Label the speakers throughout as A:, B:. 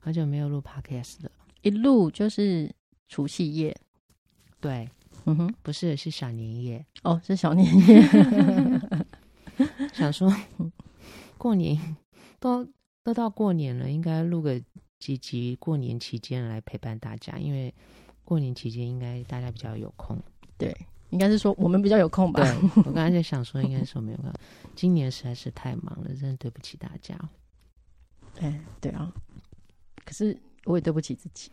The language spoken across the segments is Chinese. A: 好久没有录 podcast 了。
B: 一路就是除夕夜，
A: 对，
B: 嗯哼，
A: 不是是小年夜，
B: 哦，是小年 夜，
A: 想说 过年都都到过年了，应该录个几集过年期间来陪伴大家，因为过年期间应该大家比较有空。
B: 对，应该是说我们比较有空吧
A: 对。， 我刚才在想说，应该是我没有空，今年实在是太忙了，真的对不起大家。
B: 哎，对啊，可是我也对不起自己。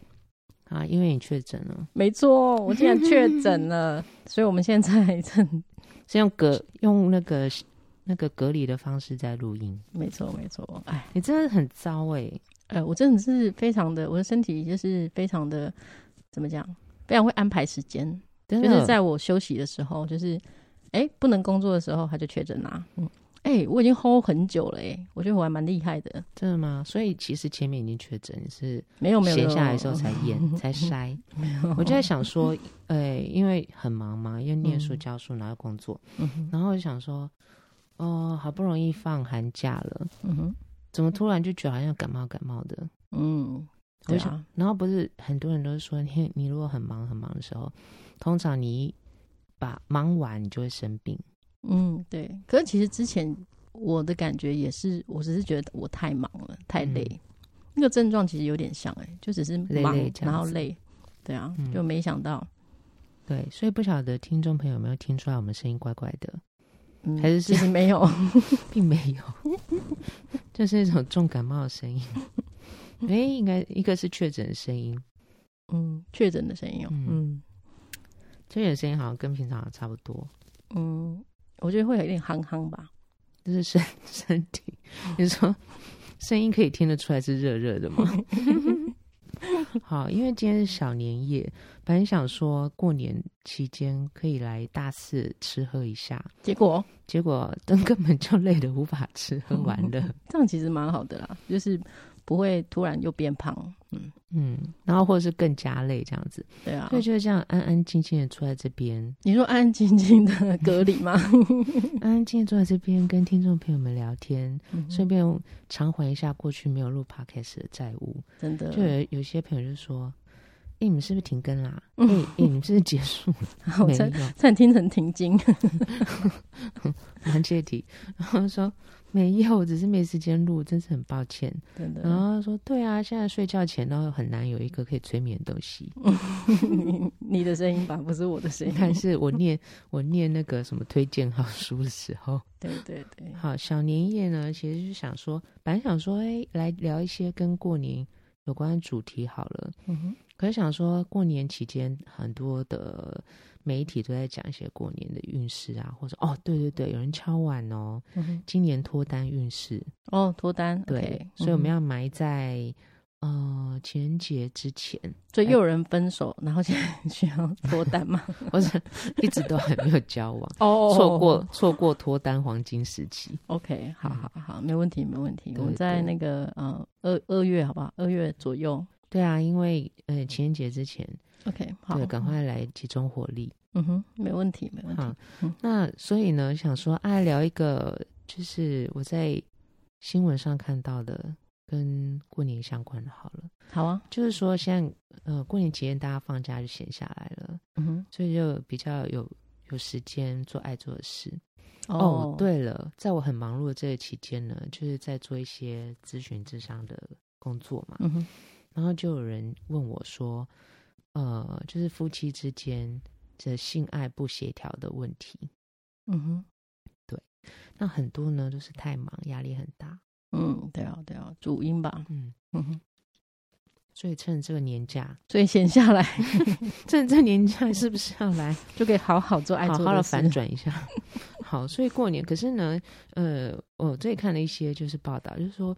A: 啊，因为你确诊了，
B: 没错，我竟然确 诊了，所以我们现在正
A: 是用隔用那个那个隔离的方式在录音，
B: 没错没错，哎，
A: 你真的很糟哎、
B: 呃，我真的是非常的，我的身体就是非常的怎么讲，非常会安排时间，
A: 真
B: 就
A: 的
B: 是在我休息的时候，就是哎、不能工作的时候，他就确诊啦。嗯，哎、我已经 hold 很久了、哎，我觉得我还蛮厉害的。
A: 真的吗？所以其实前面已经确诊，你是
B: 没有没有，
A: 闲下来
B: 没有
A: 的时候才验 才筛。
B: 没有，
A: 我就在想说，呃，因为很忙嘛，又念书、
B: 嗯
A: 教书，然后工作，
B: 嗯哼，
A: 然后我就想说，哦，好不容易放寒假了，
B: 嗯哼，
A: 怎么突然就觉得好像感冒感冒的？
B: 嗯，
A: 我
B: 对
A: 想
B: 啊，
A: 然后不是很多人都说，你你如果很忙很忙的时候，通常你一把忙完你就会生病。
B: 嗯，对。可是其实之前我的感觉也是，我只是觉得我太忙了，太累。那个症状其实有点像、哎，就只是
A: 嗯累
B: 忙
A: 累这样
B: 然后
A: 子
B: 累，对啊，
A: 嗯
B: 就没想到，
A: 对，所以不晓得听众朋友有没有听出来我们声音怪怪的，
B: 嗯，
A: 还是
B: 其实没有，
A: 并没有， 就是一种重感冒的声音。哎，应该一个是确诊的声音，
B: 嗯，确诊的声音哦、嗯
A: 嗯确诊的声音好像跟平常差不多，
B: 嗯，我觉得会有一点憨憨吧，
A: 就是身 身体，你说声音可以听得出来是热热的吗？ 好，因为今天是小年夜，本来想说过年期间可以来大肆吃喝一下，
B: 结果
A: 结果灯 根本就累得无法吃喝玩乐。
B: 这样其实蛮好的啦，就是不会突然又变胖，嗯，
A: 嗯，然后或者是更加累这样子，
B: 对啊
A: 所，以就是这样安安静静的坐在这边，
B: 你说安安静静的隔离吗？
A: 安安静静地坐在这边跟听众朋友们聊天，
B: 嗯
A: 顺、便偿还一下过去没有录 podcast 的债务。
B: 真的，
A: 就有有些朋友就说：“哎、你们是不是停更啦？哎、哎你们是不是结 束了？
B: 我
A: 没
B: 嗯真
A: 有，
B: 餐厅很停经，
A: 蛮切题。”然后说：“没有，我只是没时间录，真是很抱歉。”
B: 真的。
A: 然后他说：“对啊，现在睡觉前都很难有一个可以催眠的东西。”
B: 嗯
A: 嗯
B: 你你的声音吧，不是我的声
A: 应
B: 音。
A: 该是我念我念那个什么推荐好书的时候，
B: 对对对，
A: 好，小年夜呢，其实是想说，本来想说，哎、来聊一些跟过年有关的主题好了。
B: 嗯哼，
A: 可是想说，过年期间很多的媒体都在讲一些过年的运势啊，或者哦，对对对，有人敲碗哦，
B: 嗯哼
A: 今年脱单运势，
B: 哦，脱单，
A: 对
B: OK，
A: 所以我们
B: 嗯
A: 要埋在、呃情人节之前，
B: 哼所以又有人分手，然后现在 需要脱单嘛？
A: 或 者一直都还没有交往，
B: 哦
A: 错过错过脱单黄金时期。
B: ，OK，好
A: 嗯
B: 好好，没问题，没问题。
A: 对
B: 我们在
A: 对
B: 那个呃二二月，好不好？二月左右
A: 对啊，因为呃情人节之前，
B: ，OK，好
A: 对，，赶快来集中火力。
B: 嗯哼，没问题，没问题。
A: 好
B: 嗯，
A: 那所以呢，想说啊，聊一个就是我在新闻上看到的跟过年相关的，好了，
B: 好啊，
A: 就是说现在呃过年期间大家放假就闲下来了，
B: 嗯哼，
A: 所以就比较有有时间做爱做的事。哦，，对了，在我很忙碌的这个期间呢，就是在做一些咨询智商的工作嘛，
B: 嗯哼，
A: 然后就有人问我说，呃，就是夫妻之间的性爱不协调的问题。
B: 嗯哼，
A: 那很多呢都是太忙，压力很大，
B: 嗯，对啊，对啊，主音吧，
A: 嗯，
B: 嗯哼，
A: 所以趁这个年假，
B: 所以闲下来
A: 趁这年假是不是要来
B: 就可以好好做爱
A: 好
B: 做
A: 好的
B: 的事
A: 反转一下？ 好，所以过年，可是呢，呃，我最近看了一些就是报道，就是说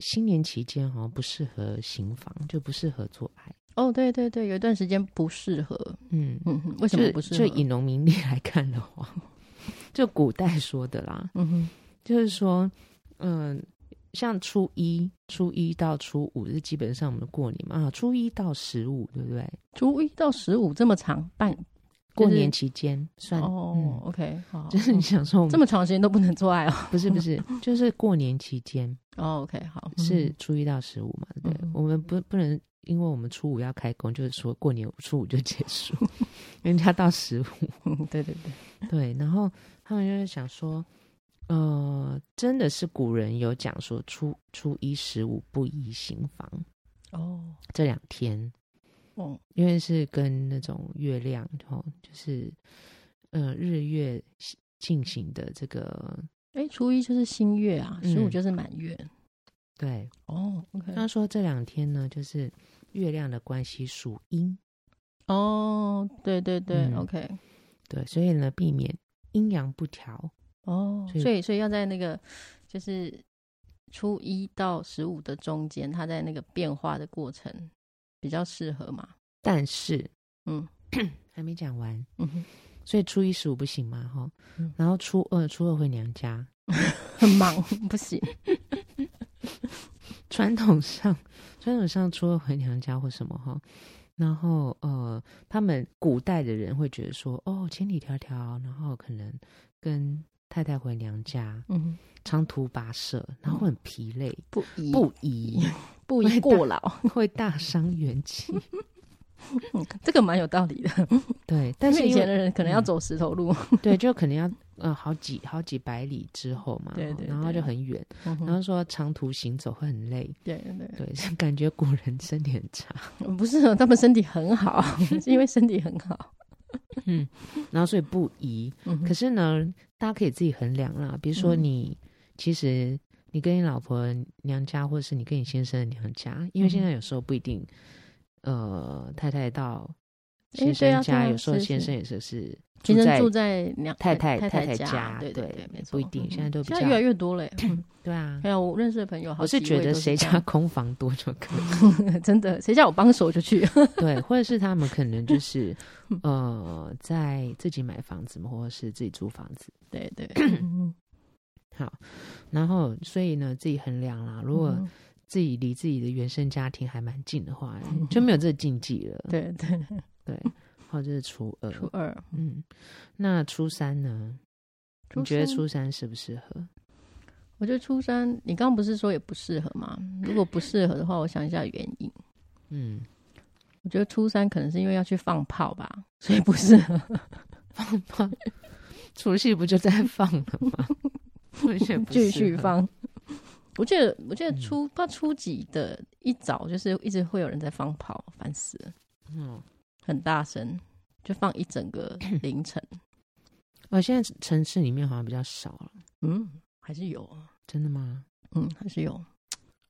A: 新年期间好像不适合行房，就不适合做爱。
B: 哦，对对对，有一段时间不适合，
A: 嗯，
B: 嗯哼，为什么
A: 就
B: 不适
A: 就
B: 合？
A: 以农民历来看的话， 就古代说的啦，
B: 嗯哼，
A: 就是说，嗯、像初一、初一到初五是基本上我们过年嘛，啊，初一到十五，对不对？
B: 初一到十五这么长，半
A: 过
B: 就是
A: 年期间算嗯
B: 哦，OK，好，
A: 就是你想说我
B: 这
A: 们
B: 么长时间都不能做爱哦。
A: 不是不是，就是过年期间
B: 哦，OK，好，
A: 是初一到十五嘛，对不对
B: 嗯
A: 我们不不能因为我们初五要开工，就是说过年初五就结 束，人家到十五，
B: 嗯， 对对对，
A: 对，然后他们就是想说，呃，真的是古人有讲说初初一十五不宜行房
B: 哦，
A: 这两天，
B: 哦，
A: 因为是跟那种月亮哦，就是呃日月进行的这个
B: 哎，初一就是新月啊，
A: 嗯
B: 十五就是满月。
A: 对
B: 哦，OK，
A: 他说这两天呢，就是月亮的关系属阴，
B: 哦，对对对
A: 嗯
B: ，OK，
A: 对，所以呢，避免阴阳不调。
B: 哦，
A: 所以
B: 所以所以要在那个就是初一到十五的中间，它在那个变化的过程比较适合嘛。
A: 但是
B: 嗯
A: 还没讲完，
B: 嗯哼，
A: 所以初一十五不行嘛，哈、
B: 嗯
A: 然后初二、初二回娘家。
B: 很忙，不行。
A: 传统上，传统上初二回娘家或什么哈，然后呃，他们古代的人会觉得说，哦，千里迢迢，然后可能跟太太回娘家，
B: 嗯，
A: 长途跋涉，然后很疲累，
B: 不宜
A: 不宜，
B: 不宜过劳，
A: 会大伤元气。
B: 这个蛮有道理的。
A: 对，
B: 但
A: 但
B: 是
A: 是
B: 以
A: 因
B: 前
A: 为
B: 的人可能要
A: 嗯
B: 走石头路，
A: 对，就可能要呃好几好几百里之后嘛，
B: 对对
A: 然后
B: 对
A: 就很远，
B: 嗯
A: 然
B: 哼
A: 后说长途行走会很累，
B: 对对
A: 对， 是感觉古人身体很差，
B: 不是他们身体很 好，是因为身体很好。
A: 然后所以不宜。
B: 嗯哼
A: 可是呢，大家可以自己衡量啦，比如说
B: 嗯
A: 你、其实。你跟你老婆娘家，或者是你跟你先生的娘家，因为
B: 嗯
A: 现在有时候不一定，呃，太太到
B: 诶
A: 先
B: 对
A: 生
B: 啊对
A: 家，
B: 啊
A: 有时候
B: 是
A: 先
B: 是
A: 生也是是
B: 先
A: 住
B: 生
A: 在
B: 住在娘
A: 太太
B: 太
A: 太太家
B: 家，对
A: 对
B: 对，没错，
A: 不一定
B: 嗯
A: 现在都比
B: 现在
A: 较
B: 越来越多 了。嗯
A: 对啊
B: 哎，呀，我认识的朋友好
A: 我
B: 几
A: 是
B: 位都
A: 觉
B: 这样，
A: 得谁家空房多就可以，
B: 真的，谁叫我帮手就去。
A: 对，或者是他们可能就是呃，在自己买房子嘛，或者是自己租房子。
B: 对 对，嗯
A: 好，然后所以呢，自己衡量啦。如果
B: 嗯
A: 自己离自己的原生家庭还蛮近 的话，就没有这个禁忌了。
B: 对对，
A: 对，好，这是初二。
B: 初二，
A: 嗯，那初三呢？你觉得
B: 三
A: 初三适不适合？
B: 我觉得初三，你刚刚不是说也不适合吗？如果不适合的话，我想一下原因。
A: 嗯，
B: 我觉得初三可能是因为要去放炮吧，所以不适合。
A: 放放，除夕不就 在放了吗？完全不
B: 继
A: 适
B: 续
A: 合。
B: 放。我记得，我记得
A: 嗯
B: 初、不知道初几的一早，就是一直会有人在放炮，烦死了，
A: 嗯，
B: 很大声，就放一整 个凌晨。
A: 哦，现在城市里面好像比较少了，
B: 嗯，还是有啊，
A: 真的吗？
B: 嗯，还是有。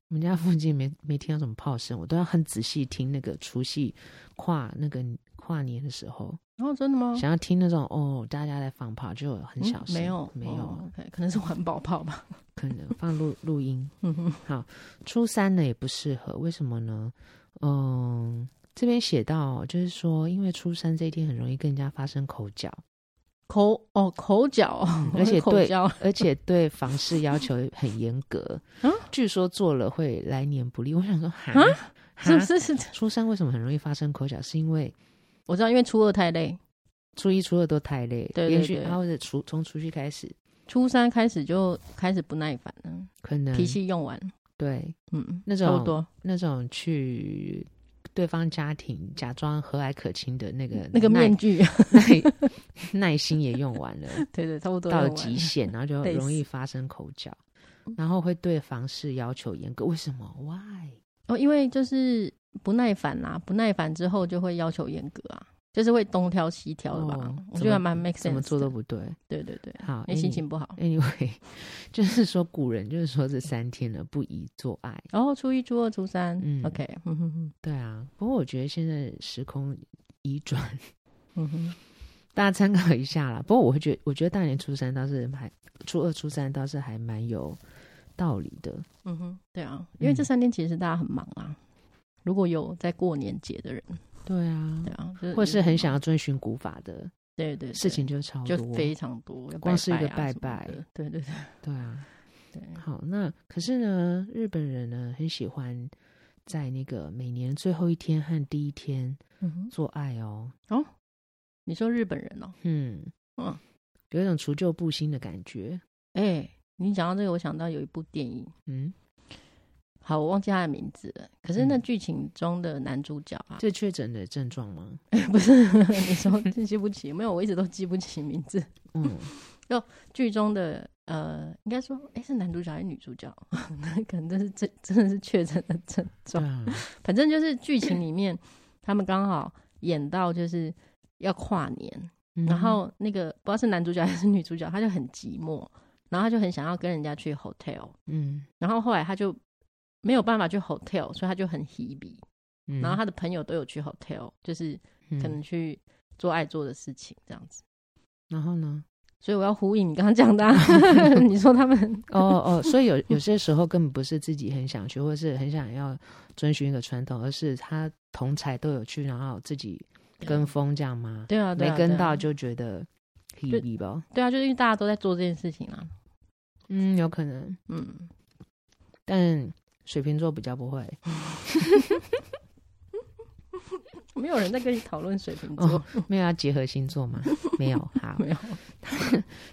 A: 我们家附近没没听到什么炮声，我都要很仔细听那个除夕跨那个跨年的时候，
B: 然后真的吗？
A: 想要听那种哦大家在放炮，就很小
B: 嗯
A: 声、
B: 没有，
A: 没有、
B: 哦 OK，可能是环保炮吧。
A: 可能放录录音。
B: 嗯哼，
A: 初三呢也不适合，为什么呢？嗯，这边写到就是说，因为初三这一天很容易跟人家发生口角，
B: 口哦口角，
A: 而且
B: 口
A: 对
B: 交
A: 而且对房事要求很严 格，
B: 啊
A: 据说做了会来年不利。我想说，哈，
B: 嗯是
A: 哈
B: 不是是？
A: 初三为什么很容易发生口角？是因为
B: 我知道，因为初二太累，
A: 初一、初二都太累，
B: 对对
A: 连续
B: 对
A: 然后是除从除夕开始，
B: 初三开始就开始不耐烦了，
A: 可能
B: 脾气用完，
A: 对
B: 嗯，
A: 那
B: 差
A: 种
B: 不多。
A: 那种去对方家庭假装和蔼可亲的那个
B: 那个
A: 耐
B: 面具，
A: 耐耐心也用完了，
B: 对 对，差不多
A: 到了
B: 用完
A: 极限，然后就
B: 累
A: 容易
B: 死
A: 发生口角，然后会对房事要求严格。为什么？Why？
B: 哦，因为就是不耐烦啦、不耐烦之后就会要求严格啊，就是会东挑西挑的吧。
A: 哦
B: 我
A: 怎
B: 觉得
A: 么
B: 还蛮 make sense，
A: 怎么做都
B: 的
A: 不对。
B: 对对对，
A: 好，
B: 因为心情不好。
A: Anyway，就是 说古人就是说这三天呢不宜做爱。
B: 然后哦初一、初二、初三、
A: 嗯
B: o k 嗯哼哼，
A: 对啊，不过我觉得现在时空移转，
B: 嗯哼，
A: 大家参考一下啦。不过我会觉得，我觉得大年初三倒是还，初二、初三倒是还蛮有道理的。
B: 嗯哼，对啊，因为这三天其实大家很忙啊。如果有在过年节的人，
A: 对啊
B: 对，啊，就
A: 或是很想要遵循古法的
B: 对对对
A: 事情就超
B: 就
A: 多，
B: 非常多，要
A: 光是一个
B: 拜
A: 拜
B: 啊什么的，对对对
A: 对啊。
B: 对，
A: 好，那可是呢，日本人呢很喜欢在那个每年最后一天和第一天
B: 嗯哼，
A: 做爱哦，
B: 你说日本人哦，
A: 嗯
B: 嗯，
A: 有一种除旧布新的感觉，
B: 哎，你讲到这个，我想到有一部电影，
A: 嗯，
B: 好，我忘记他的名字了，可是那
A: 嗯
B: 剧情中的男主角啊，
A: 这确诊的症状吗？
B: 不是 你 说记记不起，没有，我一直都记不起名字。
A: 嗯，
B: 剧中的呃，应该说，哎、是男主角还是女主角？ 那可能真是真真的是确诊的症
A: 对
B: 状。
A: 啊，
B: 反正就是剧情里面，他们刚好演到就是要跨年，
A: 嗯
B: 然后那个不知道是男主角还是女主角，他就很寂寞，然后他就很想要跟人家去 hotel，
A: 嗯，
B: 然后后来他就没有办法去 hotel，所以他就很 hebe，
A: 嗯
B: 然后他的朋友都有去 hotel，就是可能
A: 嗯
B: 去做爱做的事情这样子。
A: 然后呢？
B: 所以我要呼应你刚刚讲 的啊、 你说他们
A: 哦哦，所以有有些时候根本不是自己很想去，或是很想要遵循一个传统，而是他同才都有去，然后自己跟风这样吗？
B: 对啊，对
A: 没
B: 啊
A: 跟到
B: 对啊
A: 就觉得屁
B: 就
A: 屁吧，
B: 对啊，就是因为大家都在做这件事情啊。
A: 嗯，有可能，
B: 嗯，
A: 但水瓶座比较不会。
B: 没有人在跟你讨论水瓶座，
A: 哦，没有要结合星座吗？没有，好。
B: 没有。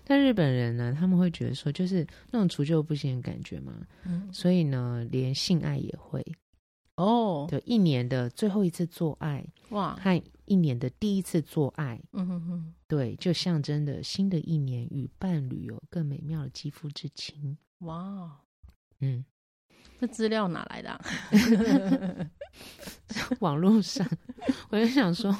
A: 但日本人呢，他们会觉得说，就是那种除旧不新的感觉嘛，
B: 嗯
A: 所以呢，连性爱也会，
B: 哦，
A: 就一年的最后一次做爱
B: 哇，
A: 和一年的第一次做爱，
B: 嗯哼哼，
A: 对，就象征着新的一年与伴侣有更美妙的肌肤之亲。
B: 哇，
A: 嗯，
B: 这资料哪来的、啊？
A: 网络上， 我就想说，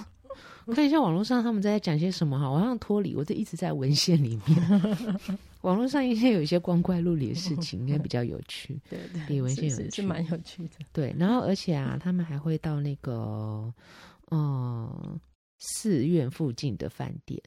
A: 看一下网络上他们在讲些什么哈，我好像脱离，我就一直在文献里面。 网络上一些有一些光怪陆离的事情，应该比较有趣。
B: 对对，
A: 比文献有
B: 是是是
A: 趣
B: 蛮有趣的。
A: 对，然后而且啊，他们还会到那个，嗯，寺院附近的饭店，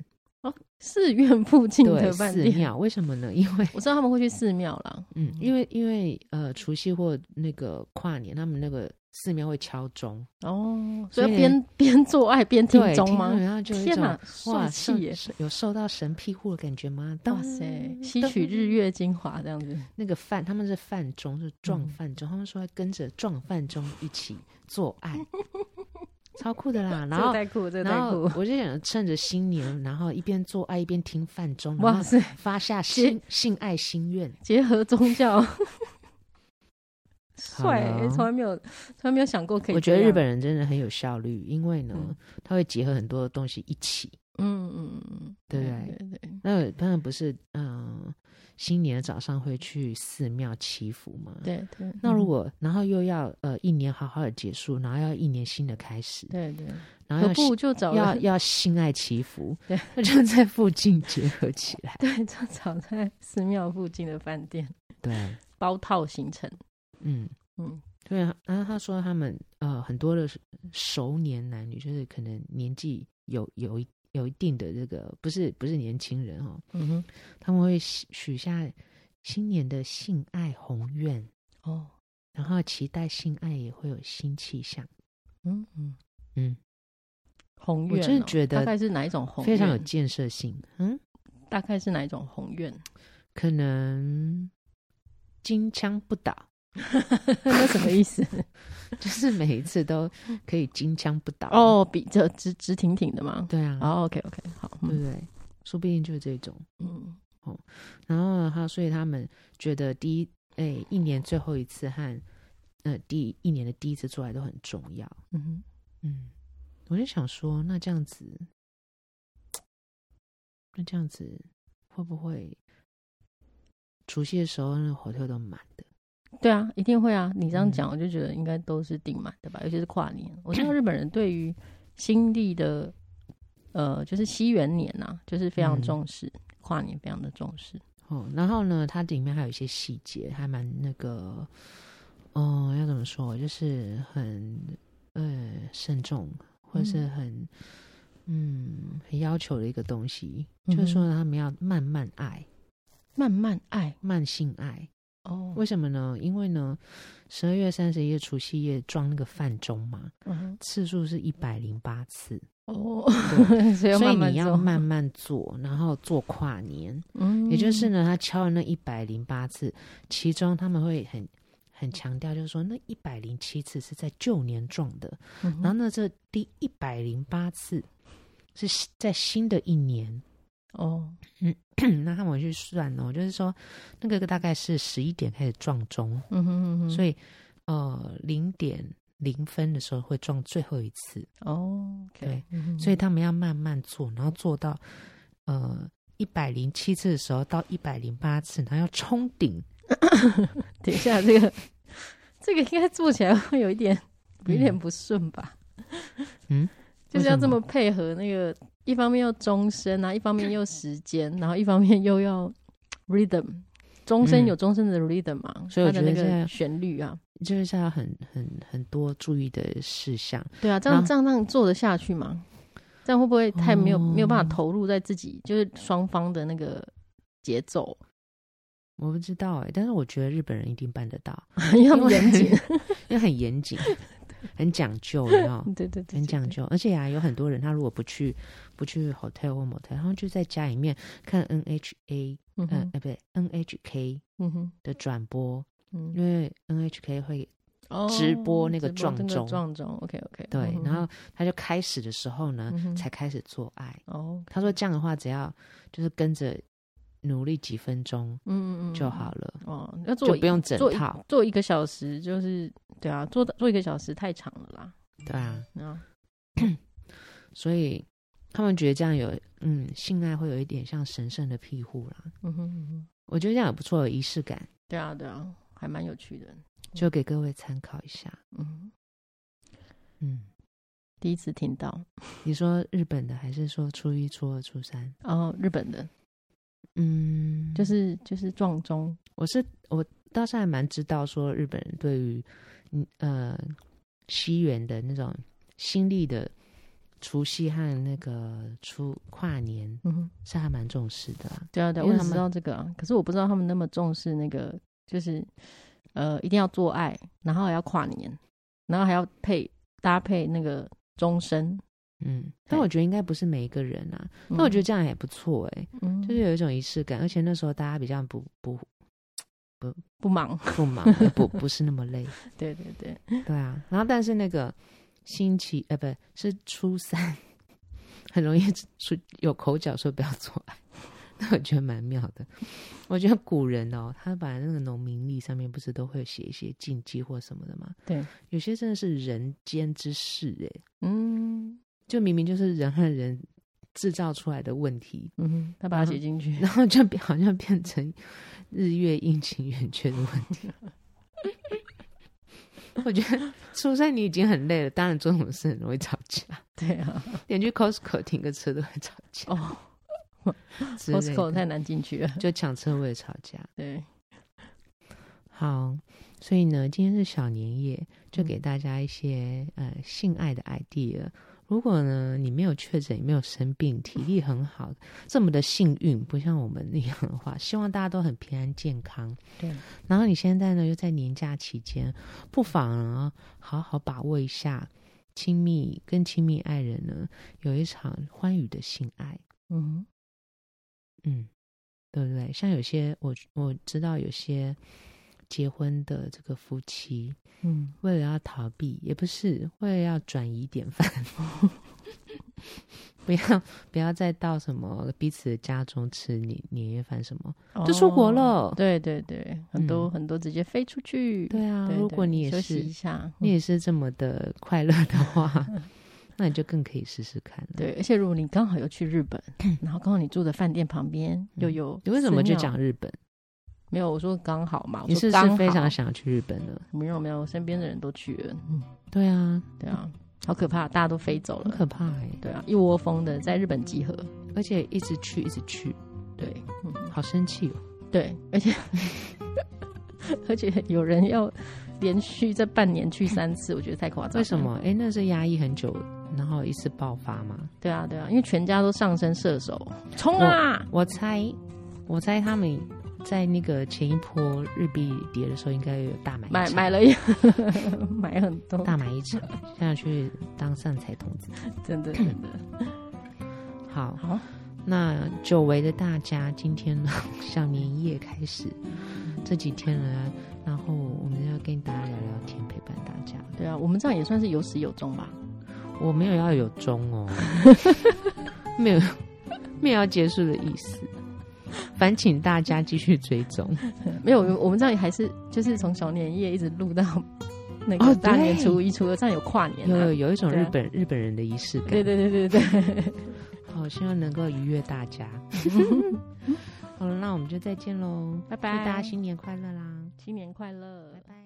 B: 寺院附近
A: 对，
B: 的饭
A: 寺
B: 店，
A: 庙。为什么呢？因为，
B: 我知道他们会去寺庙啦。
A: 嗯，因为因为呃，除夕或那个跨年，他们那个寺庙会敲钟，
B: 哦，
A: 所
B: 所
A: 以
B: 以要边边做爱边听
A: 对，
B: 钟吗
A: 听？然后就有一
B: 天
A: 种
B: 哪，
A: 哇，
B: 帅
A: 受
B: 气耶！
A: 受有受到神庇护的感觉吗？
B: 哇塞，吸取日
A: 月
B: 月精华这样子。
A: 那个饭，他们是饭钟，就是撞
B: 嗯
A: 饭钟，他们说要跟着撞饭钟一起做 爱，超酷的啦。啊然
B: 这个
A: 后，
B: 太酷，这个
A: 然
B: 太
A: 后
B: 酷！
A: 我就想趁着新年，然后一边做爱一边听饭钟，然
B: 哇
A: 后
B: 塞，
A: 发下性性爱心愿。
B: 结合宗 教，帅
A: 好
B: 欸、
A: 了
B: 从来没有，从来没有想过可以。
A: 我觉得日本，人真的很有效率，因为呢，
B: 嗯
A: 他会结合很多东西一起，
B: 嗯嗯嗯，
A: 对不
B: 对
A: 对？
B: 对对，
A: 那当然不是，嗯、新年的早上会去寺庙祈福嘛？
B: 对嗯对。
A: 那如果然后又要呃一年好好的结束，然后要一年新的开始，
B: 对对，
A: 然后
B: 何
A: 要
B: 不
A: 性
B: 就找
A: 要
B: 人
A: 要性爱祈福，
B: 对，。
A: 那就在附近结合起来
B: 对，就找在寺庙附近的饭店
A: 对，
B: 包套行程。
A: 嗯，
B: 嗯，
A: 对啊。然后他说他们呃很多的熟年男女，就是可能年纪有有一有一定的这个不是不是年轻人哦，
B: 嗯哼，
A: 他们会许许下新年的性爱宏愿，
B: 哦，
A: 然后期待性爱也会有新气象。
B: 嗯嗯
A: 嗯，
B: 宏
A: 我
B: 愿哦、
A: 真的觉得
B: 大概是哪一种宏愿？
A: 非常有建设性。嗯，
B: 大概是哪一种宏愿？
A: 可能金枪不倒，
B: 那什么意思？
A: 就是每一次都可以金枪不倒。，
B: 哦，比这直直挺挺的吗？
A: 对啊，
B: 哦，OK OK，好，
A: 对
B: 嗯
A: 不对？说不定就是这种。
B: 嗯
A: 然后呢，啊他所以他们觉得第一，哎，一年最后一次和呃第一年的第一次做爱都很重要。
B: 嗯哼，
A: 嗯，我就想说，那这样子，那这样子会不会除夕的时候那个 hotel 都满的？
B: 对啊，一定会啊！你这样
A: 嗯
B: 讲，我就觉得应该都是订满的吧，尤其是跨年。我知道日本人对于新历的，呃，就是西元年呐、就是非常
A: 嗯
B: 重视、跨年，非常的重视。
A: 哦，然后呢，它里面还有一些细节，还蛮那个，嗯、要怎么说，就是很呃慎重，或是
B: 嗯
A: 很嗯很要求的一个东西，
B: 嗯哼
A: 就是说他们要慢慢爱，
B: 慢慢爱
A: 慢性爱，
B: 哦，
A: 为什么呢？因为呢，十二月三十一除夕夜装那个饭钟嘛，
B: 嗯
A: 次数是一百零八 次，
B: 哼哦，所
A: 所
B: 以要
A: 以
B: 慢慢
A: 你要
B: 做
A: 慢慢做，然后做跨年。
B: 嗯
A: 也就是呢，他敲了那一百零八次，其中他们会很很强调，就是说那一百零七次是在旧年撞的，
B: 嗯哼
A: 然后呢，这第一百零八次是新在新的一年。
B: 哦，
A: 那他们去算哦，就是说那个大概是十一点开始撞钟，
B: 嗯哼嗯哼，
A: 所以呃零点零分的时候会撞最后一次，
B: 哦，
A: 对，嗯所
B: 所
A: 以
B: 以
A: 他们要慢慢做，然后做到呃。一百零七次的时候到一百零八次，然后要冲顶，
B: 等一下这个这个应该做起来会有一点有一点
A: 嗯
B: 不顺吧？
A: 嗯，
B: 就是要
A: 为
B: 这
A: 什么
B: 么配合那个，一方面要终身啊，一方面又时间，然后一方面又要 rhythm。终身
A: 嗯
B: 有终身的 rhythm 嘛，
A: 所以我
B: 它的
A: 觉得
B: 那
A: 现
B: 个
A: 在
B: 旋律啊，
A: 就是要很很很多注意的事项。
B: 对啊，这
A: 然
B: 样
A: 后
B: 这样这样做得下去吗？这样会不会太没有、没有办
A: 哦
B: 法投入在自己就是双方的那个节奏，
A: 我不知道哎、但是我觉得日本人一定办得到，
B: 要不严谨？
A: 因为很严谨，很讲究，然后
B: 对对对，
A: 很讲
B: 对。
A: 究。而且啊，有很多人他如果不去不去 hotel 或 motel，他们就在家里面看 NHA，
B: 对嗯
A: 嗯、呃
B: 哼，
A: 哎不对，NHK
B: 嗯哼，
A: 的转播，
B: 嗯
A: 因为 NHK 会
B: 哦
A: 直播那个
B: 直播
A: 撞
B: 那个
A: 钟
B: 撞钟，OK 嗯 OK，
A: 对，然后他就开始的时候
B: 嗯
A: 呢，才开始做爱。
B: 哦，
A: 他说这样的话，只要就是跟着努力几分钟
B: 嗯嗯嗯
A: 就好了，
B: 哦，要做
A: 就不用整
B: 做一
A: 套，
B: 做一个小时，就是对啊，做做一个小时太长了啦，
A: 对啊。
B: 啊，
A: 所以他们觉得这样有，嗯，性爱会有一点像神圣的庇护啦。
B: 嗯哼嗯哼，
A: 我觉得这样有不错的仪式感，
B: 对啊对啊，还蛮有趣的，
A: 就给各位参考一下。
B: 嗯，
A: 嗯，
B: 第一次听到
A: 你说日本的还是说初一、初二、初三？
B: 哦，日本的
A: 嗯，
B: 就是就是撞钟，
A: 我是我倒是还蛮知道说日本人对于嗯呃西元的那种新历的除夕和那个初跨年
B: 嗯哼，
A: 是还蛮重视的啦。
B: 对啊对啊，
A: 因
B: 我
A: 为
B: 只
A: 他
B: 知
A: 们
B: 道这个啊，可是我不知道他们那么重视那个，就是呃，一定要做爱，然后还要跨年，然后还要配搭配那个钟声，嗯
A: 嗯，但
B: 对
A: 我觉得应该不是每一个人啊。但我觉得这样也不错哎、
B: 嗯
A: 就是有一种仪式感，而且那时候大家比较不不
B: 不忙，
A: 不忙，也不不是那么累，
B: 对对对，
A: 对啊。然后但是那个星期呃不是初三，很容易出 有口角说不要做爱，那我觉得蛮妙的。我觉得古人哦，他把那个农民历上面不是都会写一些禁忌或什么的吗？
B: 对，
A: 有些真的是人间之事哎，
B: 嗯
A: 就明明就是人和人制造出来的问题，
B: 嗯哼，他把它写进去，
A: 然后就变好像变成日月阴晴圆缺的问题。我觉得初三你已经很累了，当然做什么事很容易吵架，
B: 对啊，
A: 连去 Costco 停个车都会吵架
B: 哦
A: 之类的
B: ，Costco 太难进去了，
A: 就抢车位吵架。
B: 对，
A: 好，所以呢，今天是小年夜，就给大家一些、呃性爱的 idea。如果呢你没有确诊，也没有生病，体力很好，这么的幸运，不像我们那样的话，希望大家都很平安健康。
B: 对，
A: 然后你现在呢又在年假期间，不妨呢好好把握一下亲密跟亲密爱人呢有一场欢愉的性爱，
B: 嗯
A: 嗯，对不对？像有些我我知道有些结婚的这个夫妻，
B: 嗯，
A: 为了要逃避，也不是为了要转移典范， 不要不要再到什么彼此的家中吃年年夜饭什么，就出国了
B: 哦对对对，很多
A: 嗯
B: 很多直接飞出去，
A: 对啊，
B: 对
A: 如
B: 对
A: 果你也
B: 休
A: 是
B: 息一下，
A: 你也是这么的快乐的话， 那你就更可以试试看了。，
B: 嗯对，而且如果你刚好又去日 本，然后刚好你住的饭店旁边又有，
A: 嗯你为什么就讲？日本？
B: 没有，我说刚好嘛，我
A: 你
B: 说
A: 是不
B: 刚
A: 是
B: 好
A: 非常想去日本呢？
B: 没有没有，我身边的人都去了，嗯，
A: 对啊，
B: 对啊，好可怕，大家都飞走
A: 很
B: 了，
A: 可怕哎、
B: 对啊，一窝蜂的在日本集合，
A: 而且一直去一直去，
B: 对，嗯，
A: 好生气哦。
B: 对，而且而且有人要连续这半年去三次，我觉得太夸张了，
A: 为什么？哎、那是压抑很久，然后一次爆发吗？
B: 对
A: 哦
B: 啊对啊，因为全家都上升射手，冲啊！
A: 我猜，我猜他们在那个前一波日币跌的时候，应该有大买一
B: 买
A: 场
B: 买了一 买很多，
A: 大买一场，现在去当善财童子。
B: 真 的真的
A: 好，
B: 好，
A: 那久违的大家，今天呢， 小年夜开始这几天呢，然后我们要跟大家聊聊天，陪伴大家。
B: 对啊，我们这样也算是有始有终吧。
A: 我没有要有钟 哦，没有没有要结束的意思，烦请大家继续追踪。
B: 没有，我们这样也还是就是从小年夜一直录到那个
A: 哦
B: 大年
A: 对
B: 初一、初二，这样有跨年
A: 有有
B: 啊。
A: 有一种
B: 对啊
A: 日本、日本人的仪式感，
B: 对对对对对，
A: 好，希望能够愉悦大 家。好了，那我们就再见喽，
B: 拜
A: 祝
B: 拜，
A: 大家新年快乐啦，
B: 新年快乐，
A: 拜拜。